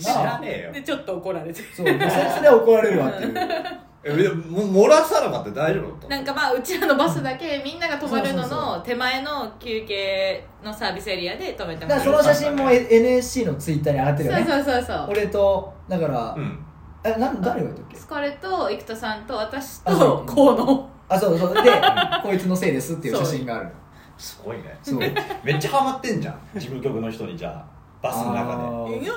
E: 知らねえよ
B: でちょっと怒られて
D: そうそれそれは怒られるわっていう
E: えでもも漏らさなかった大丈夫だった
B: なんかまあうちらのバスだけみんなが止まるの
D: そうそう
B: の手前の休憩のサービスエリアで止めて
D: だ
B: も
D: からら
B: う
D: その写真も NSC のツイッターに上がってるよ
B: そう
D: ね
B: そうそうそう
D: 俺とだから
E: うん
D: えなん誰が言ったっけ
B: スカレと生田さんと私
D: あそ
B: と
D: う
B: 河野
D: あそうそう でこいつのせいですっていう写真がある
E: すごいね
D: そう
E: めっちゃハマってんじゃん事務局の人にじゃあバスの中
B: いや
D: で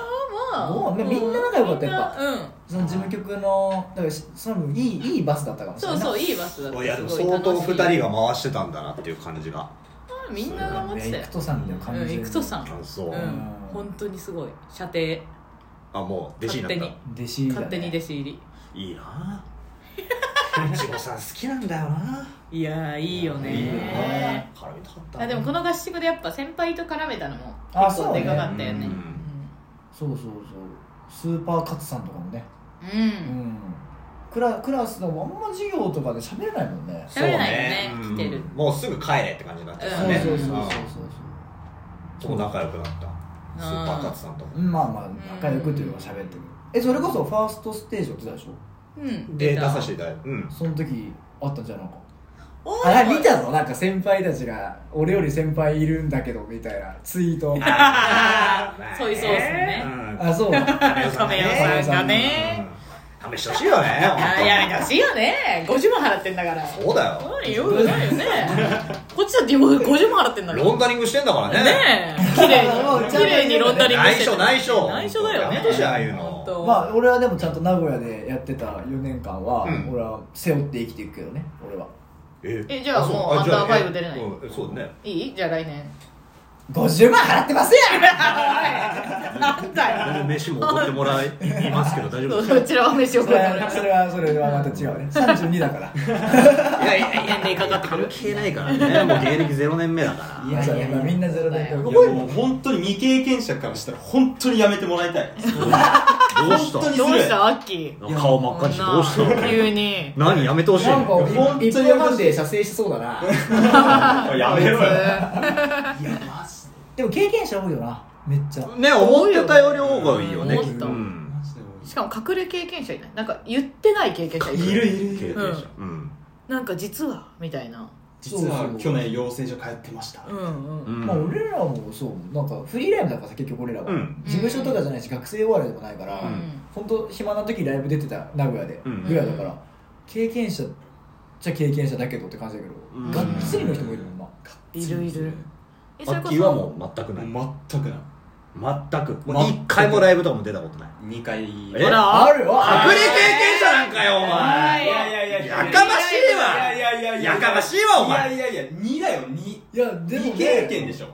B: まあ
D: もうねみんな仲良かったやっぱ
B: みんなうん
D: その事務局のだからしそのいいいいバスだったかもしれ
B: そ
D: な
B: う
D: い
B: そういいバスだった
E: でいやでも
B: すごい
E: 相当
B: 楽しい
E: 二人が回してたんだなっていう感じが
B: みんなが持ってた
D: ね
B: よ
D: 生徒さんだよ完
B: うん
D: 全に
B: 行くとさん
E: あそう、
B: うん本当にすごい射程
E: あもう弟子になっ
B: 勝
D: 弟子だね
B: 勝手に弟子入り
E: たいいなぁちごさん好きなんだよない
B: やーいい
E: いいよ
B: よね
E: ね絡みたかった
B: あでもこの合宿でやっぱ先輩と絡めたのも
D: あ
B: 結構でかかったよね
E: うん
D: そうそうそうスーパーカツさんとかもね
B: うん
D: う
B: うん
D: んクラクラスのあんま授業とかで喋れないもんね
B: 喋れないよね
E: そう
B: 来てる
E: うんもうすぐ帰れって感じになっちゃった
D: そう
E: ね
D: そうそうそ
E: う
D: う
E: んちょっと仲良くなったスーパーカツさんとも
D: そうまあまあ仲良くというか喋ってるえそれこそファーストステージやってたでしょ
B: うん
E: で出させ
B: して
E: いただいてうん
D: その時あったんじゃんなんか
B: お
D: あ見
B: ー
D: たぞなんか先輩たちが俺より先輩いるんだけどみたいなツイー ト
B: あーソイソースね
E: うん
D: あそう
B: 亀山さんがね
E: 試してほしいよね
B: あ
E: 本当
B: ーやめてほしいよね50万払ってんだから
E: そうだよ
B: ないよくないよねこっちだって今50万払ってんだから
E: ロンダリングしてんだからね
B: ねえ綺麗
D: もう
B: に
D: ちゃんと
B: 綺麗にロンダリング
E: 内
B: して
E: 緒内緒
B: 内緒だよね
E: やめてほしいああいう
B: 本
E: の
B: 当
D: まあ俺はでもちゃんと名古屋でやってた4年間は、
E: うん
D: 俺は背負って生きていくけどね俺は
E: え
B: えじゃあ
E: そ
B: もう
E: あじゃあ
B: アンダーファイブ出れない
E: うんそうだね
B: いいじゃあ来年
D: 50万払ってますやん
B: なんだよ
E: 飯も送ってもらいますけど大丈夫ですか
B: どちらは飯を
D: そ
B: 食う
D: れ
B: から
D: はそれはそれはまた違うね32だから
E: いやいやいや年間かって関係ないからね もう芸歴ゼロ年目だから
D: いやいやいやみんなゼロ年間
F: い
D: 動
F: や
D: いて
F: もう本当に未経験者からしたら本当にやめてもらいたい
E: どうし
F: 本当
E: た
F: に
B: どうし
F: する
B: たアッキー
E: 顔真っ赤にしてどうしたの
B: 急に
E: 何やめてほしい
D: なん
E: の
D: か一分半で射精しそうだな
F: やめろよ
D: でも経験者多いよなめっちゃ
E: ね思ってたより多がいいよね
B: 思った
E: うん
B: しかも隠れ経験者いないなんか言ってない経験者い
F: い
B: る
F: るいるい
E: 経験
F: る
E: 者うん
B: なんか実はみたいな
F: 実は去年養成所通ってました
B: うんうん
E: うん
D: まあ、俺らもそうなんかフリーライブだからさ結局俺らは、
E: うん
D: 事務所とかじゃないし学生お笑いでもないから、
E: うん
D: 本当暇な時ライブ出てた名古屋で
E: うん
D: ぐらいだから、経験者じゃ経験者だけどって感じだけど、
E: うん
D: がっつりの人もいるもんな、
B: いるいるえ
E: アッキーはもう全くない
F: もう全くない
E: 全くもう一回もライブとかも出たことない
F: 2回
E: え
B: ほら
D: あるよ
E: 隠
D: あ
E: れ経験者なんかよお
B: は
E: 前
B: い
F: いやい
E: やかましいわ
F: いやいやいや
E: やかましいわお前
F: いやいやいや2だよ2
D: いやでも、ね、
F: 未経験でしょ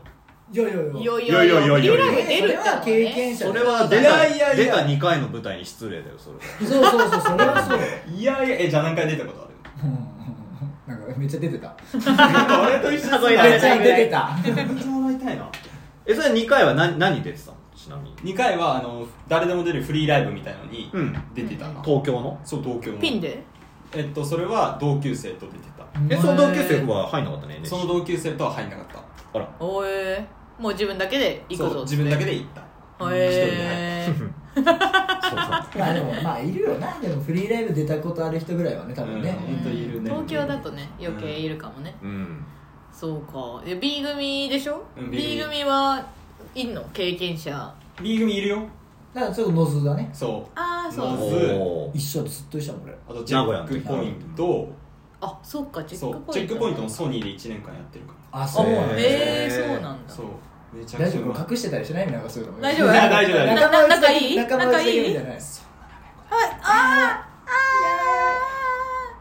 D: いやいやいや
B: よいよいよいよ
E: いやいやいやいや
B: フリーライブ出るってのはね
D: それは経験者
E: それは出
F: いやいや
E: た
F: いや
E: 出た2回の舞台に失礼だよ それは
D: そうそうそうそれはそうよ
F: いやいやえじゃあ何回出たことある
D: うんなんかめっちゃ出てた
F: 俺と一緒
B: 数えら
D: め
B: れ
D: っちゃ
B: ない
D: 出てた
F: めてもらいたいな
E: えそれ2回は何何出てたのちなみに
F: 2回はあの誰でも出るフリーライブみたいのに
E: うん
F: 出てたな、
E: 東京の
F: そう東京の
B: ピンで
F: えっとそれは同級生と出てた
E: えその同級生は入んなかったね NSC
F: その同級生とは入んなかった
E: あら
B: おえもう自分だけで行く
F: そう
B: ぞ
F: 自分だけで行った
B: へえ
D: まあでもまあいるよなでもフリーライブ出たことある人ぐらいはね多分ね、
F: うん本当にいるね
B: 東京だとね余計いるかもね
E: うん
B: そうかえ B 組でしょ
F: うん B
B: B 組はいんの経験者あ
F: B 組いるよ
D: だからちょっとノズだね
F: そう
B: あーそう
F: ま
B: そう
F: ず
E: おー
D: 一緒ずっと一緒だもん俺
F: あとチェックポイント
B: あそっかチェ
F: そ
B: ックポ
F: う
B: イント
F: チェックポイントのソニーで1年間やってるか
D: あ
B: あもう
E: へー
B: へえそうなんだ
F: らそうめちゃく
D: 大
F: ち
D: 丈
F: ゃうまい
D: 夫隠してたりしないなんかそういうの
B: 大丈夫
F: いや大丈夫大丈
B: なな仲いい
D: 仲間
B: 仲
D: 内
B: い
D: み
B: い
D: たいな
B: はいあー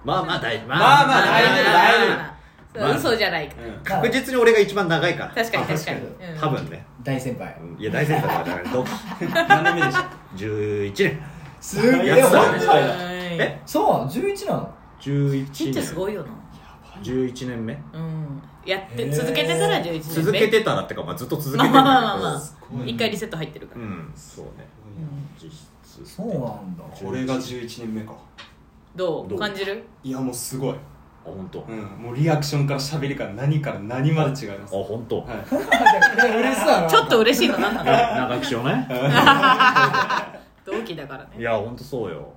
E: まあまあ大丈夫
F: まあまあ
B: あ
F: 大丈夫大丈夫
B: 夫そう嘘じゃないか
F: うん
E: 確実に俺が一番長いから
B: 確かに確かに
D: 確
B: うん
E: 多分ね
D: 大先輩
E: うんいや大先輩だからどう
F: 何年目でしょ
E: 11年
D: すげ
E: や
D: え
E: つだ
D: 本当だよ
E: え
D: そうなの11なの
E: 11
B: ち
E: 年
B: ってすごいよな
E: 11年目
B: うんやっ
D: へ
B: て
D: ー
B: 続けてたら11年目
E: 続けてたらってかまあずっと続けて
B: まあ
E: るん
B: まあまあまあ
E: だ
F: ごいね
B: 一回リセット入ってるか
E: けど
B: ら
E: うんそうね実質
D: そうなんだ
F: これが11年目か
B: ど
E: ど
B: う
E: う
B: 感じる
F: いやもうすごい、
E: あ本当あ
F: うん、もうリアクションから喋りから何から何まで違いますは
E: 本当
F: い
D: 嬉しそう
B: ちょっと嬉しいのなんなの
E: 長気をね
B: 同期だから
E: い
B: ね
E: やほんとそうよ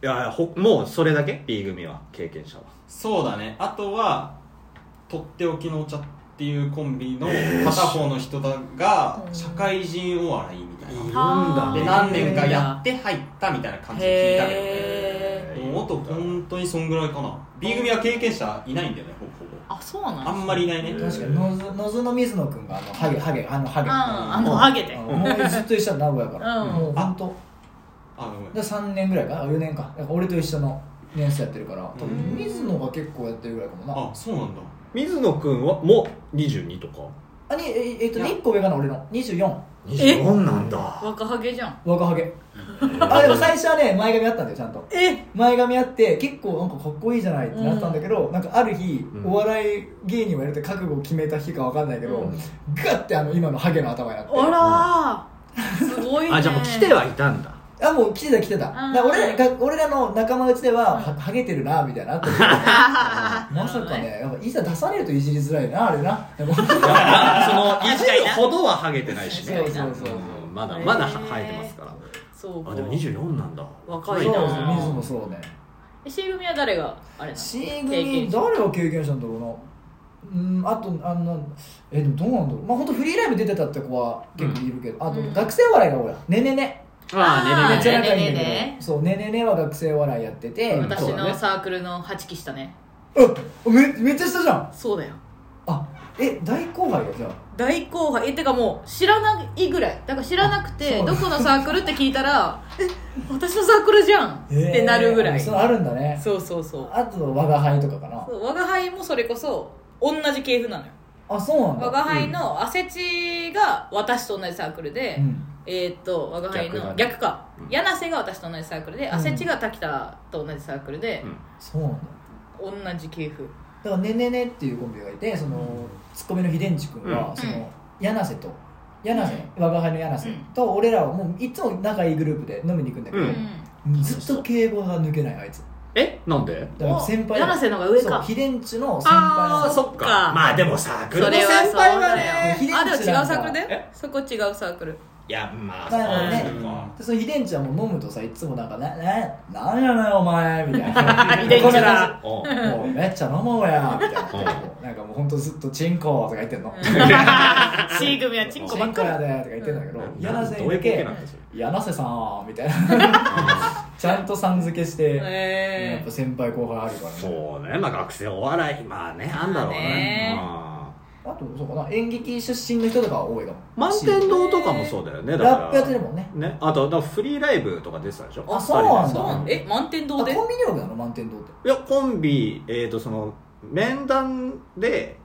E: いやほもうそれだけ B 組は経験者は
F: そうだねあとはとっておきのお茶っていうコンビの片方の人だが社会人お笑いみたいな
B: はー
F: で何年かやって入ったみたいな感じで聞いたけ
B: へ
E: ー
B: え
F: どねもうあと本当にそんぐらいかな B 組は経験者いないんだよねほぼほぼ
B: あそうなん
F: あんまりいないね
D: 確かにノズノズの水野くんがあのハゲハゲあのハ
B: うん
D: ゲ
B: あのハゲて
D: うんもうずっと一緒だ名古屋から
B: うん
D: もう本当
F: あごめん
D: で3年ぐらいかな4年かだから俺と一緒の年数やってるから多
F: う
D: 分
F: ん
D: 水野が結構やってるぐらいかもな
F: あそうなんだ
E: 水野くんはもう22とか
D: あにええっとね一個上かな俺の24
E: 24なんだ
B: 若ハゲじゃん
D: 若ハゲあでも最初はね前髪あったんだよちゃんと
B: え
D: 前髪あって結構なんかかっこいいじゃないってなったんだけど、なんかある日、
E: うん
D: お笑い芸人をやるって覚悟を決めた日かわかんないけど、
B: うん
D: ガッてあの今のハゲの頭になって
B: あらーすごいね
E: あじゃあもう来 てはいたんだ
D: あもう来てた来てた、だから俺らが俺らの仲間内では、はハゲてるなみたいなのあったけどまさかねやっぱいざ出されるといじりづらいなあれな
E: そのいじるほどはハゲてないしね
D: そうそうそう
E: うんまだまだ生えてますから
B: そうか
E: あでも24なんだ
B: 若
D: そう
B: い
D: そう
B: な
D: 水野もそうね
B: え C 組は誰があれなの
D: C
B: 経験
D: 組
B: 者
D: 誰が経験したんだろうなうんあとあのえでもどうなんだろうまあ本当フリーライブ出てたって子は結構いるけど、あと
B: うん
D: 学生お笑いがほらねねね
E: あ
B: ー
E: あ
D: めっ
E: ね
D: ちゃ
E: ねね
D: 仲いいんだ
B: ねね
D: け
B: ね
D: どそうねねねは学生お笑いやってて
E: うん
B: 私
E: そうだ
B: の
E: ね
B: サークルの八期下ね
D: あめめっちゃ下じゃん
B: そうだよ
D: あえ大後輩よじゃあ
B: 大後輩えてかもう知らないぐらいだから知らなくて
D: そう
B: どこのサークルって聞いたら「え私のサークルじゃん!」ってなるぐら
D: え
B: い
D: ーそ
B: そう
D: あるんだね
B: うそうそう
D: あと我が輩とかかな
B: そう我が輩もそれこそ同じ系譜なのよ
D: あそうなん
B: 我
D: だ
B: が輩のアセチが私と同じサークルで、
D: うん
B: えーっと我が輩の
E: 逆
B: 逆,、
E: だね
B: か柳瀬が私と同じサークルで、
D: ん
B: アセチが滝田と同じサークルで、
D: そうなんだ
B: 同じ系譜
D: だから「ねねね」っていうコンビがいてその、ツッコミの秀んち君は、
E: うん
D: その柳瀬と柳瀬、我が輩の柳瀬
B: うん
D: と俺らはもういつも仲いいグループで飲みに行くんだけど、
E: う
D: ずっと敬語が抜けないあいつ
E: えなんで
D: だから先輩
B: 柳瀬の方が上
D: そう
B: か
D: 秀んちの先輩
E: ああ
D: の
E: そっか
B: か
E: まあでもサーク
B: そ
E: ルの
B: れ
E: 先
B: はそう
E: 輩は
B: だ
E: ね
B: よ
D: ね
B: あれは違うサークルだよ
F: え
B: そこ違うサークル
E: いやまあ
D: だからね
E: そうか
D: でその秀んちはもう飲むとさいつもなんか「なななんやねんお前」みた いな
B: 秀んちだ
E: おう
D: もうめっちゃ飲もうやみたいな
E: うん
D: もうなんかもうほんとずっと「チンコ」とか言ってんの「チ
B: C 組はチンコばっ
D: ンコ
B: かり
D: やで」とか言ってんだけど
E: な
D: 柳瀬
E: ど
D: に
E: ういう
D: だ
E: ボケ
D: け
E: なんだそれ
D: 「柳瀬さん」みたいな ちゃんとさん付けして、やっ
B: え
D: ぱ先輩後輩あるからね
E: そうねまあ学生お笑いまあねあんだろうねうん
D: あとそうかな演劇出身の人とかは多いかも
E: 満天堂とかもそうだよねだから
D: ラップやってるもんね
E: ねあとだからフリーライブとか出てたでしょ
D: あそうな
E: 二人で
D: んだ
B: そうなんだえ満点
D: あ
B: 堂
D: コン
B: で
D: ビニ力なの満点堂って
E: いやコンビえっ、とその面談で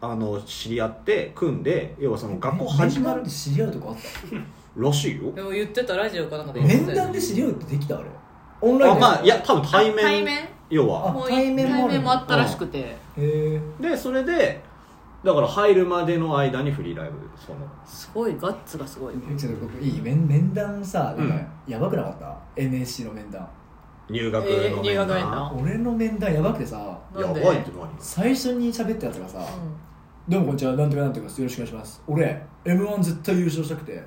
E: あの知り合って組んで要はその学校始ま
D: 面談
E: る
D: で知り合うとかあった
E: らしいよ
B: でも言ってたラジオかなんかで言って
D: 面
B: たよ
D: 談で知り合うってできたあれオンライン
E: あ
D: で
E: まあいや多分対面
B: 対面
E: 要
D: あ
E: は
B: もう
D: 対面もある
B: 対面もあったらしくて
D: へえ
E: でそれでだから入るまでの間にフリーライブその
B: すごいガッツがすごい
D: ちょっと僕いい面面談さなん
E: うん
D: かやばくなかった、NSC の面談
E: 入学の
B: えー入学面談
D: 俺の面談やばくてさ
E: や
B: なんで
E: ばいって何
D: 最初に喋ったやつがさ
B: うん
D: 「どうもこんにちはなんとかなんとかですよろしくお願いします俺 m 1絶対優勝したくて」みたい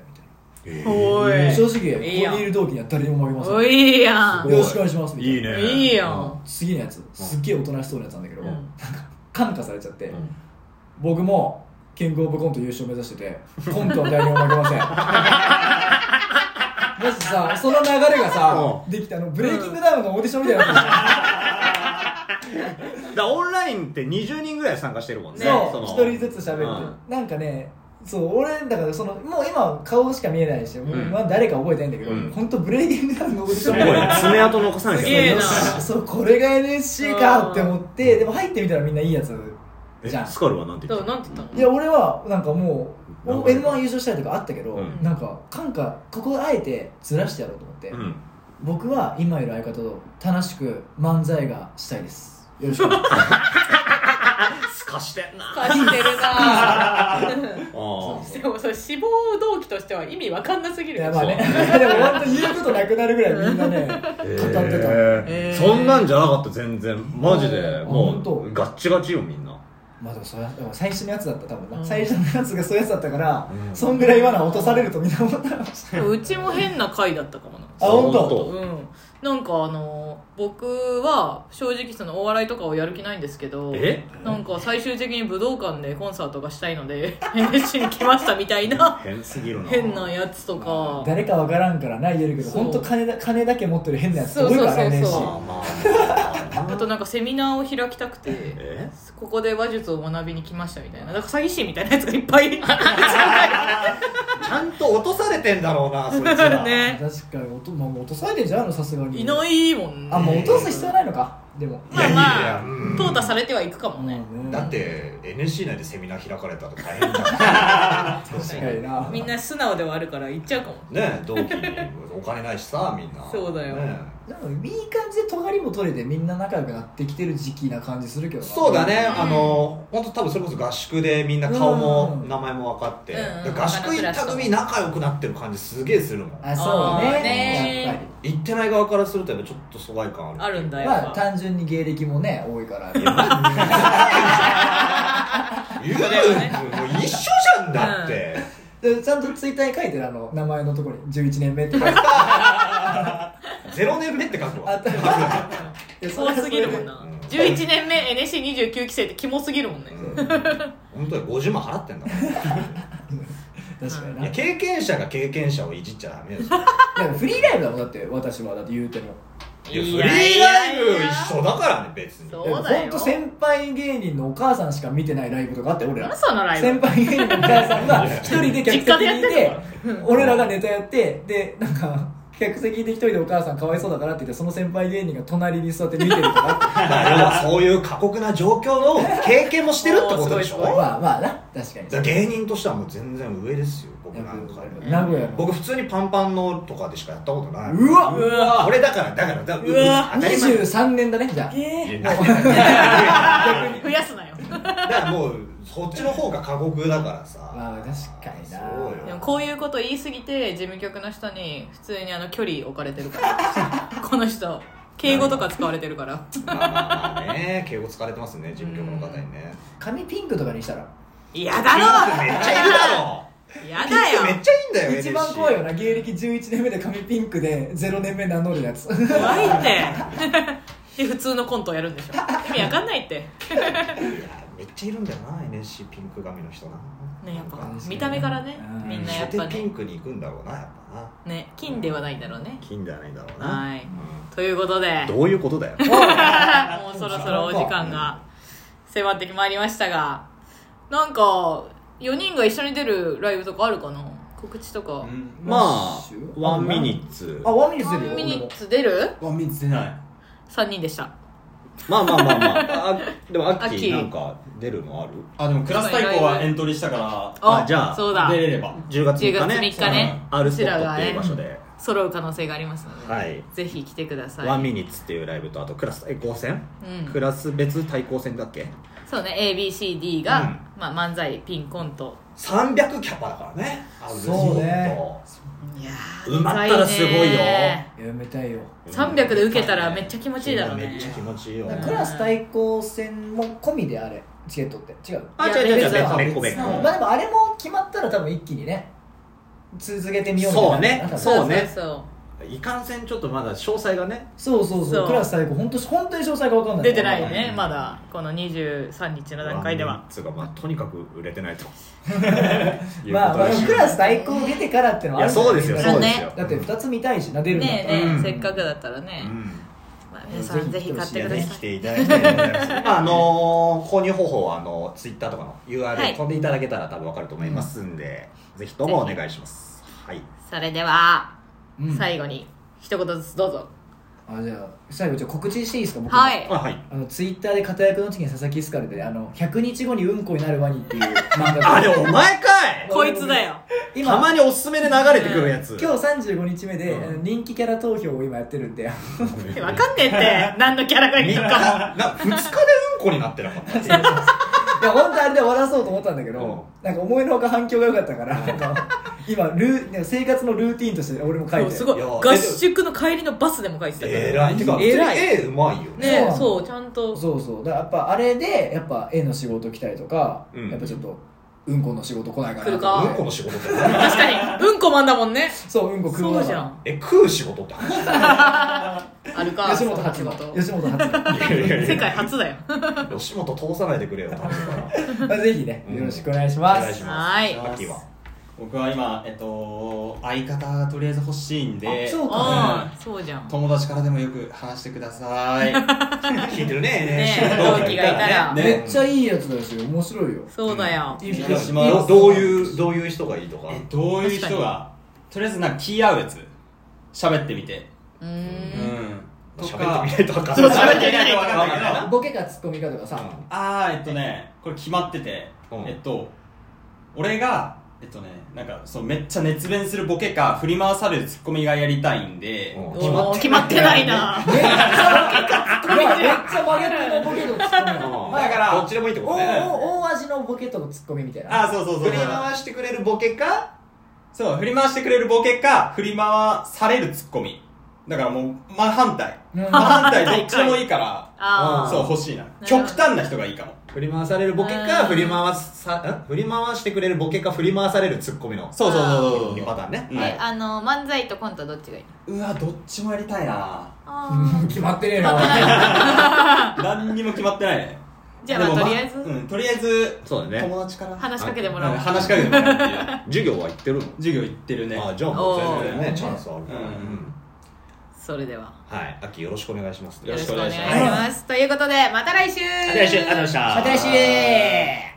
E: え
B: おい
D: な正直
B: いいや
D: こ
B: ん
D: こにいる同期には誰にも負けません
B: おいいいや
E: す
B: ん
E: ご
D: よろしくお願いしますみたいない
E: いね
B: いいやん
D: 次のやつすっげえおとなしそうなやつなんだけど、
E: うん
D: なんか感化されちゃって、
E: ん
D: 僕もキングオブコント優勝目指しててコントは誰にも負けませんもしさその流れがさ、
E: う
D: できたあのブレイキングダウンのオーディションみたいなやつ、
E: だからオンラインって20人ぐらい参加してるもんね
D: そう
E: の
D: 一人ずつ喋って、なんかねそう俺だからそのもう今は顔しか見えないし、もう
E: うん
D: まあ誰か覚えてないんだけど、
E: うん
D: 本当ブレイキングダウンのオーディショ
E: す
D: ン
E: ご
D: み
E: い
D: たい
E: ね
D: な
E: 爪痕残さなきゃ
B: すげえな
D: そうこれが NSC かって思ってでも入ってみたらみんないいやつじゃん
E: えスカルはなんて
B: だ
E: 言っ
B: か
E: て
B: ら
E: た
B: なんて 言っ
D: いや俺はなんかもう
E: なん
D: m
E: かね
D: 1優勝したいとかあったけど、
E: うん
D: なんか感化ここあえてずらしてやろうと思って、
E: うん
D: 僕は今いる相方と楽しく漫才がしたいですよ ろしくお願いします
E: すかしてんな
B: たの貸してるなぁ
E: あ
B: でもそれ志望動機としては意味わかんなすぎ
D: い
B: る
D: や
B: よ
D: まあね でも本当言うことなくなるぐらいみん なね語ってた、
B: えー
E: そんなんじゃなかった全然マジで
D: あ
E: も
D: 本当
E: うガッチガチよみんな
D: まあでもそうやでも最初のやつだった多分な、
B: うん
D: 最初のやつがそういうやつだったから、
E: うん
D: そんぐらい罠落とされるとみんな思ったらしい
B: うちも変な回だったかもな
D: あ本当
B: うんなんかあの僕は正直そのお笑いとかをやる気ないんですけど
E: え
B: なんか最終的に武道館でコンサートがしたいので NSC に来ましたみた いな
E: 変すぎるな
B: 変なやつとか
D: 誰かわからんからな言えるけど
B: そう
D: 本当金だ金だけ持ってる変なやつって多いからね
B: そうそうそうそう
E: まあまあま
B: あ
E: あ
B: となんかセミナーを開きたくて
E: え
B: ここで話術を学びに来ましたみたいななんか詐欺師みたいなやつがいっぱい
E: ちゃんと落とされてんだろうなそいつら
B: ね
D: 確かに落と,、まあ、落とされてんじゃんあのさすがに
B: いないもんね
D: あもう落とす必要ないのかでも
B: まあ
E: いやい
B: ま
E: や
B: あ
E: うん
B: 淘汰されてはいくかもね
D: うん
E: だって NSC 内でセミナー開かれたと大変じゃん
D: 確かにな
B: みんな素直ではあるから行っちゃうかも
E: ね え同期にお金ないしさみんな
B: そうだよ
E: ね
D: でもいい感じで尖りも取れてみんな仲良くなってきてる時期な感じするけ
E: え
D: どな
E: そうだね、
B: うん
E: あの本当多分それこそ合宿でみんな顔
D: う
E: も
D: ん
E: 名前も分かって、
B: うん
E: で合宿行った組仲良くなってる感じすげえするもん
D: あそう
B: あー
D: ね
B: ね
D: やっぱり
E: 行ってない側からするとやっぱちょっと疎外感ある
B: あるんだよ
D: まあ単純に芸歴もね多いから
E: 言う
B: だよね
E: もう一緒じゃんだって、
D: でちゃんとツイッターに書いてるあの名前のところに11年目っ て書いてあ
E: ゼロ年目って書くわ
D: ったいやそれ
B: 多
D: はそれです
B: ぎるもんな
E: うん
B: 11年目 NSC29 期生ってキモすぎるもんね
E: うん本当に50万払ってんだもん
D: 確かに
E: い
D: な
E: や経験者が経験者をいじっちゃダメですよ
D: だからフリーライブだもんだって私はだって言うても
E: いや
B: い
E: フ
B: や
E: リ
B: い
E: ー
B: や
E: ライ
B: いや
E: ブ一緒だからね別に
B: そう
D: 本
B: だよ
D: 当先輩芸人のお母さんしか見てないライブとかあって俺ら
B: 何そのライブ
D: 先輩芸人のお母さんが一人で客
B: 実家で
D: 席
B: やっ
D: にい
B: てる
D: て
B: の
D: 俺らがネタやってでなんか客席で一人でお母さんかわいそうだからって言ってその先輩芸人が隣に座って見てるとか あって
E: まあ要はそういう過酷な状況の経験もしてるってことでし
B: おーすごいす
E: ょ
D: まあまあな確かに
E: だから芸人としてはもう全然上ですよ僕なんかより
D: 名古屋の
E: 僕普通にパンパンのとかでしかやったことないう
D: わ
B: うわ
E: これだからだからだ
B: うわ
E: 当たり前
D: 23年だねじゃあ
B: え
E: いやなんでだよ
B: ー増やすなよ
E: だからもうそっちの方が過酷だからさ
D: まあ確かにな
E: そうよ
B: でもこういうこと言いすぎて事務局の人に普通にあの距離置かれてるから この人敬語とか使われてるから
E: まあまあまあね敬語疲れてますね事務局の方にね
D: 髪ピンクとかにしたら
B: 嫌だろ
E: めっちゃいるだろ
B: 嫌
E: ピンク
B: だ
E: め
B: よ
E: っちゃいいんだよ
D: 一番怖いよ
E: NSC
D: な芸歴11年目で髪ピンクで0年目名乗るやつ
B: 怖いってで 普通のコントをやるんでしょ意味わかんないってね
E: いやめっちゃいるんだよな NSC ピンク髪の人な
B: やっぱ見た目からね
D: うん
B: みんなやっ
E: 初
B: ぱ
E: 手ピン
B: ね
E: クに行くんだろうなやっぱな
B: ね金ではないんだろうね
E: 金ではないんだろうな
B: はいということで
E: どういうことだよ
B: もうそろそろお時間が迫ってまいりましたがなんか4人が一緒に出るライブとかあるかな告知とか、
E: まあワンミニッツ
D: あワンミニするよ
B: 3ミニッツ出る
F: ワンミニッツ出ない
B: ?3 人でした
E: まあまあまあまああでもアッ
B: アッ
E: キ
B: キー
E: ーなんか出るのある
F: あでもクラス対抗はエントリーしたか
E: あじゃあ
B: そう
F: ら
B: だ
F: 出れれば
E: 10月3日
B: 10月
E: ね
B: 3日ね
E: うん R
B: う
E: ス
B: ち
E: ポ
B: ら
E: ットっ
B: が
E: ていう
B: ね
E: 場所で、
B: 揃う可能性がありますので、
E: はい
B: ぜひ来てください
E: ワンミニッツっていうライブとあとクラス対抗戦、
B: うん
E: クラス別対抗戦だっけ
B: そうね ABCD が、
E: うん
B: まあ、漫才ピンコント
E: 300キャパだからね
D: そうね
B: いや
E: 埋まったらすごいよ
D: やめたいよ
B: 300で受けたらめっちゃ気持ちいいだろうね
E: めっちゃ気持ちいいよ
D: だからクラス対抗戦も込みであれチケットって違う
E: あ違う違う違う
B: い
E: めっ
B: や
E: こめっこ
F: 別に
D: まあでもあれも決まったら多分一気にね続けてみようみたいな
E: そうねそう
D: そう
E: ね
B: そう
E: いかんせんちょっとまだ詳細がね
D: そうそう
B: そ
D: そううクラス最高本当本当に詳細が分かんない
B: 出てないねまだこの23日の段階で
E: ワン
B: は
E: ミニッツがまあとにかく売れてない という
D: まあ、
E: こと
D: まあ
E: らしい
D: クラス対抗出てからっての
E: い
D: はあ
E: や
D: るんだけど
E: そうですよそうですよ、
D: だって2つ見たいしな出
B: ね
D: るん
B: えねえ、
D: だったら
E: うん
B: せっかくだったらね、まあ、皆さんぜ
D: ぜ
B: ひ
D: ひ
B: 買っ
E: い
B: て
E: や
B: くだ
E: ね、
B: さ
E: 来
B: い
E: ていただきたいと思います。 まあ、あのー購入方法は、あの、ツイッターとかの
B: は
E: URL
B: い
E: 飛んでいただけたら多分わかると思いますんで、ぜひともお願いします。はい。
B: それでは、
D: うん
B: 最後に一言ずつどうぞ
D: あじゃあ最後ちょっと告知していいですか僕の
B: はい
E: あはい。
D: あのツイッターで片役の時に佐々木スカルであの100日後にうんこになるワニっていう漫 画
E: あ、でもお前かい
B: こいつだよ
E: た
D: 今
E: まにおすすめで流れてくるやつ。
D: 今日35日目で、
E: うん
D: あの人気キャラ投票を今やってるんで
B: 分かんねえって何のキャラがいい
E: 3日
B: のか
E: な、2日でうんこになってなかったっていう。
D: いや本当あれで終わらそうと思ったんだけど、なんか思いのほか反響が良かったから、なんか今ルーなんか生活のルーティンとして俺も書い
B: そう
D: て
B: すごい
E: いや
B: 合宿の帰りのバスでも書いてたから
E: えらい。てか、
B: えらい
E: え、うまいよね。
B: ねえ
D: そ
B: そううちゃんと
D: そうそうだからやっぱあれでやっぱ絵の仕事来たりとか、
E: うん
D: やっぱちょっとうんこの仕事来ないか
B: 来
D: な
B: る
D: と
B: か
E: うんこの仕事って何
B: 確かにうんこマンだもんね
D: そううんこ食う
B: そ
D: の
B: う
D: が
B: じゃん
E: え、食う仕事って話
B: あるか
D: 吉本初の
B: その仕
D: 吉本初
B: 事世界初だよ
E: の吉本通さないでくれよ、頼むから。
D: の まあぜひねよろしくお願いし
E: お
D: ま
E: 願い
D: す
E: し
B: は
E: ま
B: い
E: す。アッキーは。
F: 僕は今えっと相方がとりあえず欲しいんで
D: あそう
B: あ
D: か
B: あそうじゃん
F: 友達からでもよく話してください
E: 聞いてるね
B: ねえ同期がいたら
F: ね
D: めっちゃいいやつだし面白いよ
B: そうだよ
F: お 願いしま
E: ど
F: す
E: どういうどういう人がいいとか
F: えどういう人がとりあえずなんか気合うやつ喋ってみて
B: うー
F: うんんと
E: 喋っ
F: か
E: てみないとか
F: そう
E: か
F: 喋ってみないと分かんないけど
D: ボケかツッコミかとかさ
F: あーえっとねこれ決まってて、
E: うん
F: えっと俺がえっとねなんかそうめっちゃ熱弁するボケか振り回されるツッコミがやりたいんで、
E: うん
B: 決ま決まってないな
D: めっちゃボケかツッコミめっちゃ真逆のボケとツッコミ
E: うん
F: だから
E: どっちでもいいってことね
D: 大大味のボケとツッコミみたいな
F: あーそうそうそう
E: 振り回してくれるボケか
F: そう振り回してくれるボケか振り回されるツッコミだからもう真反対
D: うん
F: 真 反対どっちでもいいから
B: あ
F: そう欲しいな
B: ど
F: 極端な人がいいかも
E: 振り回されるボケ
B: う
E: か
B: ん
E: 振り回さん振り回してくれるボケか振り回されるツッコミの
F: そうそうそうそうそう
E: パターンね
B: あえあの漫才とコントどっちがいいの
F: うわどっちもやり たいな
B: あ
D: 決まってねえな
F: 何にも決まってないね
B: じゃあまあ
F: でも
B: とりあえず
F: うん、とりあえず
E: そうだね
F: 友達から
B: 話しかけてもらおう
F: 話しかけてもらうっていう
E: 授業は行ってるの
F: 授業行ってるね
E: あじゃあもう全然
F: お
E: ね
F: ー
E: チャンスはあるから、
F: うん
E: うん
B: それでは
E: はい秋よろしくお願いします
B: よろ
F: よろ
B: し
F: し
B: く
F: く
B: お
F: お
B: 願
F: 願
B: い
F: い
B: し
F: し
B: ま
F: ます
B: すということでまた来週
E: ありがとうございました
B: また来週